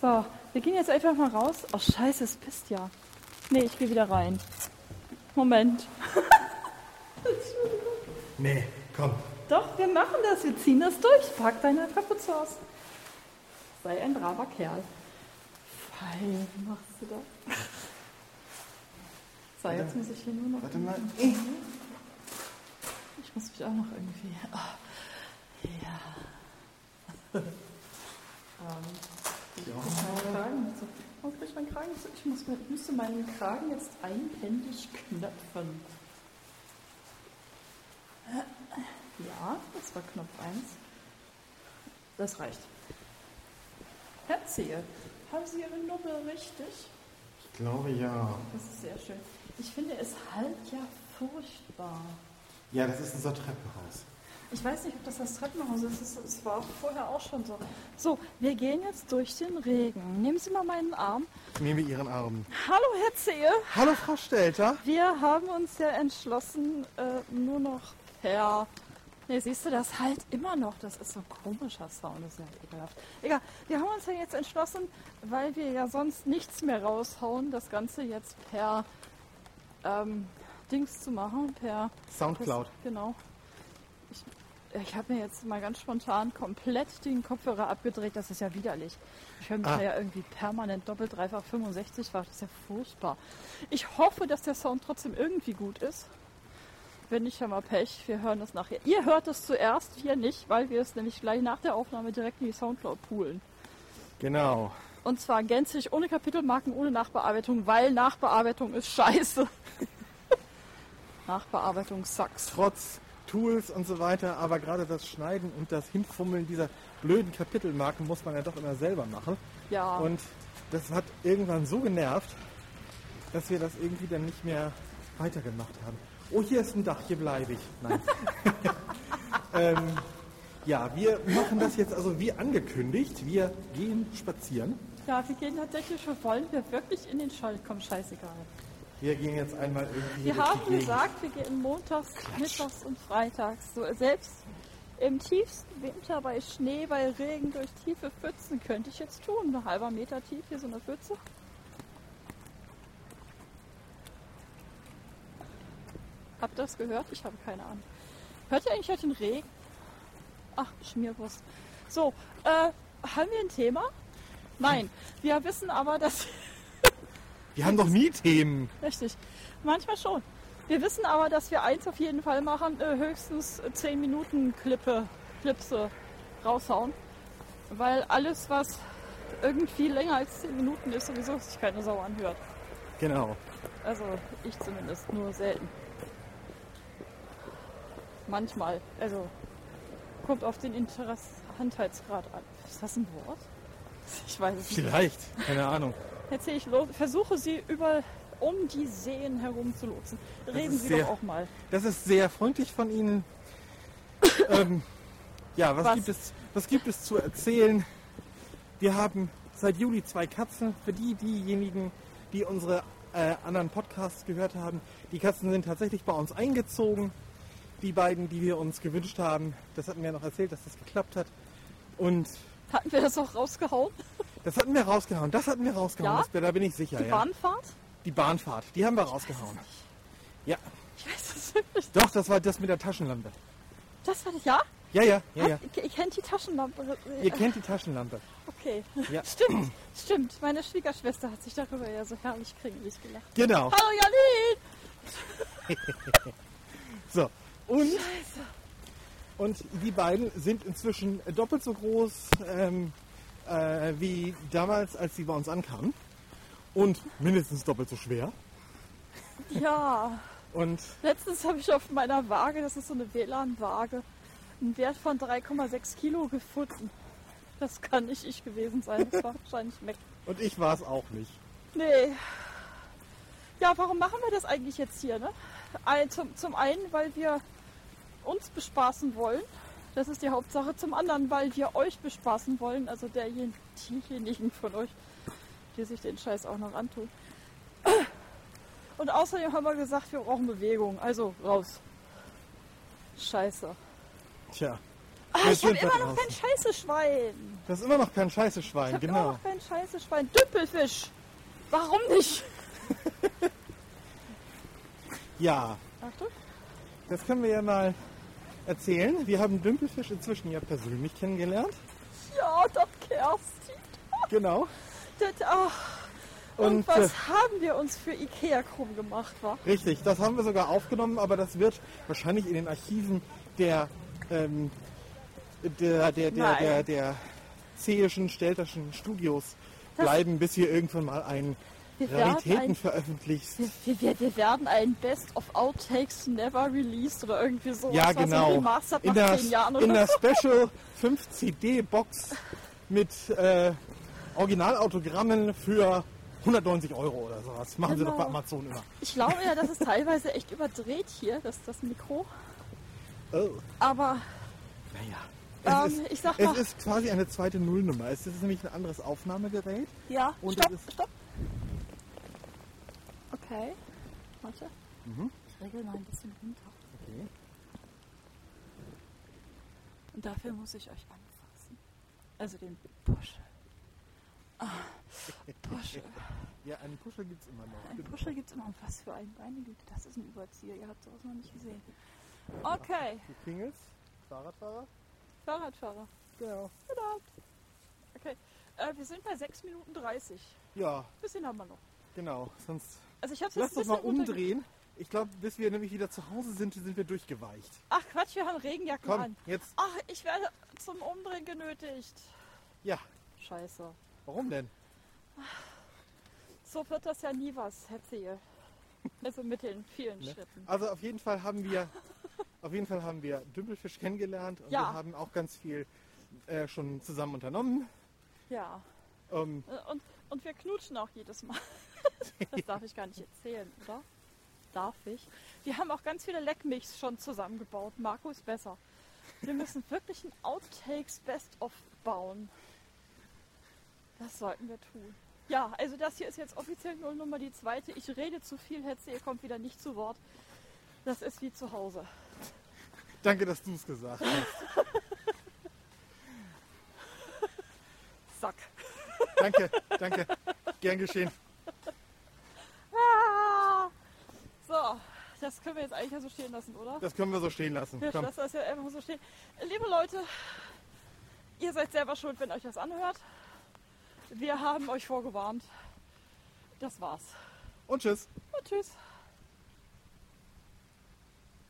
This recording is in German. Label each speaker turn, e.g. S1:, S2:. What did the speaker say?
S1: So, wir gehen jetzt einfach mal raus. Oh scheiße, es pisst ja. Nee, ich gehe wieder rein. Moment.
S2: Nee, komm.
S1: Doch, wir machen das. Wir ziehen das durch. Pack deine Kapuze aus. Sei ein braver Kerl. Fein, machst du das. So, jetzt muss ich hier nur noch.
S2: Warte mal.
S1: Ich muss mich auch noch irgendwie. Oh. Ja. ähm, ja. Kragen. So, warum krieg ich meinen Kragen? so- Ich muss, mir- müsste meinen Kragen jetzt einhändig knöpfen. Ja, das war Knopf 1. Das reicht. Herziehe. Haben Sie Ihre Nubbel richtig?
S2: Ich glaube ja.
S1: Das ist sehr schön. Ich finde es halt ja furchtbar.
S2: Ja, das ist unser Treppenhaus.
S1: Ich weiß nicht, ob das das Treppenhaus ist. Es, es war vorher auch schon so. So, wir gehen jetzt durch den Regen. Nehmen Sie mal meinen Arm.
S2: Ich nehme Ihren Arm.
S1: Hallo, Herr Zehe.
S2: Hallo, Frau Stelter.
S1: Wir haben uns ja entschlossen, äh, nur noch Herr. Ne, siehst du das halt immer noch? Das ist so ein komischer Sound, das ist ja ekelhaft. Egal, wir haben uns ja jetzt entschlossen, weil wir ja sonst nichts mehr raushauen, das Ganze jetzt per ähm, Dings zu machen, per
S2: Soundcloud.
S1: Genau. Ich, ich habe mir jetzt mal ganz spontan komplett den Kopfhörer abgedreht. Das ist ja widerlich. Ich höre mich
S2: Ah.
S1: da ja irgendwie permanent doppelt, dreifach, 65-fach. Das ist ja furchtbar. Ich hoffe, dass der Sound trotzdem irgendwie gut ist. Wenn nicht, haben wir Pech. Wir hören das nachher. Ihr hört es zuerst, wir nicht, weil wir es nämlich gleich nach der Aufnahme direkt in die Soundcloud poolen.
S2: Genau.
S1: Und zwar gänzlich ohne Kapitelmarken, ohne Nachbearbeitung, weil Nachbearbeitung ist scheiße. Nachbearbeitung sucks.
S2: Trotz Tools und so weiter, aber gerade das Schneiden und das Hinfummeln dieser blöden Kapitelmarken muss man ja doch immer selber machen.
S1: Ja.
S2: Und das hat irgendwann so genervt, dass wir das irgendwie dann nicht mehr weitergemacht haben. Oh, hier ist ein Dach, hier bleibe ich. Nein. ähm, ja, wir machen das jetzt also wie angekündigt. Wir gehen spazieren.
S1: Ja, wir gehen tatsächlich, wir wollen wir wirklich in den Schall. Komm, scheißegal.
S2: Wir gehen jetzt einmal irgendwie.
S1: Wir
S2: durch die
S1: haben
S2: Gegend.
S1: gesagt, wir gehen montags, mittags und freitags. So, selbst im tiefsten Winter bei Schnee, bei Regen durch tiefe Pfützen könnte ich jetzt tun. Ein halber Meter tief hier so eine Pfütze. Habt ihr das gehört? Ich habe keine Ahnung. Hört ihr eigentlich heute den Regen? Ach, Schmierwurst. So, äh, haben wir ein Thema? Nein. Wir wissen aber, dass
S2: Wir haben doch nie Themen.
S1: Richtig. Manchmal schon. Wir wissen aber, dass wir eins auf jeden Fall machen, äh, höchstens 10 Minuten Klippe, Klipse raushauen. Weil alles, was irgendwie länger als 10 Minuten ist, sowieso sich keine Sau anhört.
S2: Genau.
S1: Also ich zumindest, nur selten. Manchmal. Also kommt auf den Interessantheitsgrad an. Ist das ein Wort? Ich weiß es nicht.
S2: Vielleicht. Keine Ahnung.
S1: Erzähl ich los, versuche sie über um die Seen herum zu lotsen. Reden
S2: ist
S1: Sie
S2: sehr-
S1: doch auch mal.
S2: Das ist sehr freundlich von Ihnen. ähm, ja, was,
S1: Was?
S2: Gibt es, was gibt es zu erzählen? Wir haben seit Juli zwei Katzen. Für die, diejenigen, die unsere äh, anderen Podcasts gehört haben, die Katzen sind tatsächlich bei uns eingezogen. Die beiden, die wir uns gewünscht haben, das hatten wir ja noch erzählt, dass das geklappt hat. Und
S1: Hatten wir das auch rausgehauen?
S2: das hatten wir rausgehauen, das hatten wir rausgehauen,
S1: Ja?
S2: das, da bin ich sicher.
S1: Die
S2: ja.
S1: Bahnfahrt?
S2: die Bahnfahrt, die haben wir rausgehauen. Ja,
S1: Ich weiß es wirklich.
S2: doch, das war das mit der Taschenlampe.
S1: Das war das, ja?
S2: Ja, ja, ja, ja.
S1: Hat- Ich, ich kenne die Taschenlampe.
S2: Ihr kennt die Taschenlampe.
S1: Okay.
S2: Ja.
S1: Stimmt, stimmt. Meine Schwiegerschwester hat sich darüber ja so herrlich kringelig gelacht.
S2: Genau.
S1: Hallo Janine!
S2: So. Und, und die beiden sind inzwischen doppelt so groß ähm, äh, wie damals, als sie bei uns ankamen. Und mindestens doppelt so schwer.
S1: Ja,
S2: Und
S1: letztens habe ich auf meiner Waage, das ist so eine WLAN-Waage, einen Wert von 3,6 Kilo gefunden. Das kann nicht ich gewesen sein. Das war wahrscheinlich Mac.
S2: Und ich war es auch nicht.
S1: Nee. Ja, warum machen wir das eigentlich jetzt hier? Ne? Ein- Zum, zum einen, weil wir uns bespaßen wollen. Das ist die Hauptsache. Zum anderen, weil wir euch bespaßen wollen. Also derjen- diejenigen von euch, die sich den Scheiß auch noch antun. Und außerdem haben wir gesagt, wir brauchen Bewegung. Also raus. Scheiße.
S2: Tja.
S1: Ah,
S2: Wir
S1: ich habe
S2: sind da
S1: immer noch
S2: draußen.
S1: kein Scheißeschwein.
S2: Das ist immer noch kein
S1: Ich
S2: Scheißeschwein,
S1: habe
S2: genau.
S1: immer noch kein Scheißeschwein. Dümpelfisch. Warum nicht?
S2: Ja,
S1: Achtung.
S2: das können wir ja mal erzählen. Wir haben Dümpelfisch inzwischen ja persönlich kennengelernt.
S1: Ja, das Kerstin.
S2: Genau.
S1: Das, ach,
S2: Und, äh,
S1: und was haben wir uns für Ikea krumm gemacht, wa?
S2: Richtig, das haben wir sogar aufgenommen, aber das wird wahrscheinlich in den Archiven der ähm, der, der, der,
S1: Nein.
S2: der, der zeischen, stelterschen Studios bleiben, bis hier irgendwann mal ein
S1: Wir werden
S2: Raritäten
S1: ein-
S2: veröffentlicht.
S1: Wir, wir- wir, wir werden einen Best of Outtakes Never Released oder irgendwie so.
S2: Ja,
S1: Das war So ein
S2: genau.
S1: Remastered
S2: In
S1: nach
S2: der,
S1: zehn Jahren
S2: in
S1: oder
S2: der
S1: so.
S2: Special 5 CD-Box mit äh, Originalautogrammen für 190 Euro oder sowas. Machen sie
S1: Genau.
S2: doch bei Amazon immer.
S1: Ich glaube ja, das ist teilweise echt überdreht hier, das, das Mikro.
S2: Oh,
S1: Aber
S2: naja. Es,
S1: ähm,
S2: ist,
S1: ich sag mal,
S2: es ist quasi eine zweite Nullnummer. Es ist nämlich ein anderes Aufnahmegerät.
S1: ja,
S2: und
S1: stopp,
S2: es ist-
S1: stopp. Okay, warte.
S2: Mhm.
S1: Ich regel mal ein bisschen runter.
S2: Okay.
S1: Und dafür muss ich euch anfassen. Also den Puschel. Ah, Puschel.
S2: Ja, einen Pusher gibt es immer noch.
S1: Ein Puschel gibt es immer. Und was für ein Beine, Güte. Das ist ein Überzieher. Ihr habt sowas noch nicht gesehen. Okay,
S2: Du klingelst, Fahrradfahrer?
S1: Fahrradfahrer.
S2: Genau.
S1: Guten Abend. Okay, äh, wir sind bei 6 Minuten 30.
S2: Ja,
S1: bisschen haben wir noch.
S2: genau. Sonst
S1: Also ich hab's
S2: lass
S1: jetzt ein
S2: uns mal
S1: bisschen runter-
S2: umdrehen. Ich glaube, bis wir nämlich wieder zu Hause sind, sind wir durchgeweicht.
S1: Ach Quatsch, wir haben Regenjacken
S2: Komm,
S1: an.
S2: jetzt.
S1: Ach, ich werde zum Umdrehen genötigt.
S2: Ja,
S1: Scheiße.
S2: warum denn?
S1: So wird das ja nie was, Hetze. Also mit den vielen
S2: Ne?
S1: Schritten.
S2: Also auf jeden Fall haben wir, auf jeden Fall haben wir Dümpelfisch kennengelernt und
S1: Ja.
S2: wir haben auch ganz viel äh, schon zusammen unternommen.
S1: Ja.
S2: Ähm,
S1: Äh, Und, und wir knutschen auch jedes Mal. Das darf ich gar nicht erzählen, oder? Darf ich? Wir haben auch ganz viele Leckmilchs schon zusammengebaut. Marco ist besser. Wir müssen wirklich ein Outtakes Best of bauen. Das sollten wir tun. Ja, also das hier ist jetzt offiziell Nullnummer die zweite. Ich rede zu viel, Hetze, ihr kommt wieder nicht zu Wort. Das ist wie zu Hause.
S2: danke, dass du es gesagt hast.
S1: Sack.
S2: danke, danke. Gern geschehen.
S1: Ah! So, das können wir jetzt eigentlich ja so stehen lassen, oder?
S2: Das können wir so stehen lassen.
S1: Wir
S2: Komm.
S1: lassen das ja einfach so stehen. Liebe Leute, ihr seid selber schuld, wenn euch das anhört. Wir haben euch vorgewarnt. Das war's.
S2: Und tschüss.
S1: Und tschüss.